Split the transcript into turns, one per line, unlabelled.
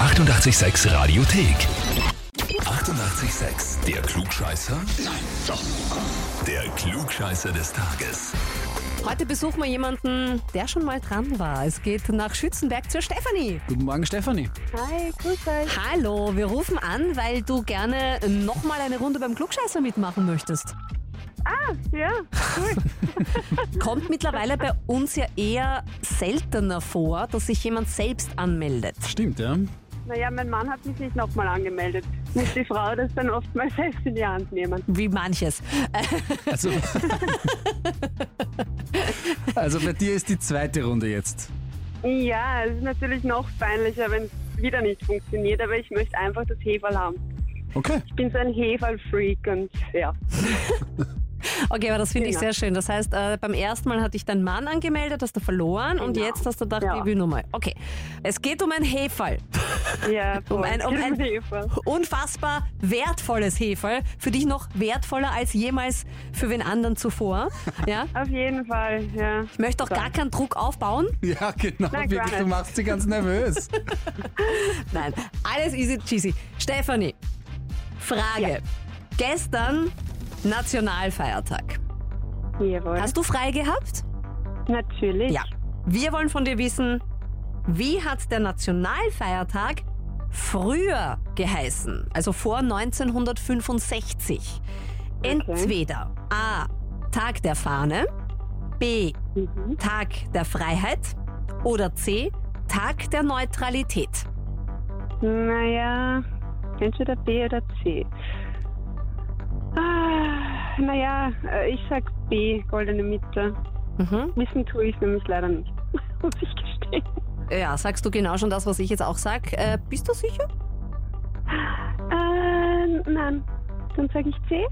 886 Radiothek. 88,6. Der Klugscheißer? Nein, doch. Der Klugscheißer des Tages.
Heute besuchen wir jemanden, der schon mal dran war. Es geht nach Schützenberg zur Stefanie.
Guten Morgen, Stefanie.
Hi, grüß euch.
Hallo, wir rufen an, weil du gerne nochmal eine Runde beim Klugscheißer mitmachen möchtest.
Ah, ja, cool.
Kommt mittlerweile bei uns ja eher seltener vor, dass sich jemand selbst anmeldet.
Stimmt, ja.
naja, mein Mann hat mich nicht nochmal angemeldet. Muss die Frau das dann oft mal selbst in die Hand nehmen.
Wie manches.
Also, also bei dir ist die zweite Runde jetzt.
Ja, es ist natürlich noch peinlicher, wenn es wieder nicht funktioniert, aber ich möchte einfach das Heferl haben.
Okay.
Ich bin so ein Heferl-Freak und ja.
Okay, aber das finde ich
Genau.
sehr schön. Das heißt, äh, beim ersten Mal hat dich dein Mann angemeldet, hast du verloren und
Genau.
jetzt hast du gedacht,
Ja.
ich will nochmal. Okay, es geht um ein Hefall.
Ja, voll.
ein- um ein-
Heferl.
unfassbar wertvolles Heferl, für dich noch wertvoller als jemals für wen anderen zuvor. Ja?
Auf jeden Fall, ja.
Ich möchte auch gar keinen Druck aufbauen.
Ja, genau.
Na,
wirklich,
gerne.
du machst sie ganz nervös.
Nein, alles easy cheesy. Stefanie, Frage. Gestern Nationalfeiertag.
Jawohl.
Hast du frei gehabt?
Natürlich.
Ja. Wir wollen von dir wissen, wie hat der Nationalfeiertag früher geheißen? Also vor 1965. Entweder A. Tag der Fahne, B.
Mhm.
Tag der Freiheit oder C. Tag der Neutralität.
Naja, entweder B oder C. Ah, naja, äh, ich sag B, goldene Mitte.
Mhm.
Wissen tue ich nämlich leider nicht, muss ich gestehen.
Ja, sagst du genau schon das, was ich jetzt auch sag? Äh, bist du sicher?
Äh, nein, dann sage ich C.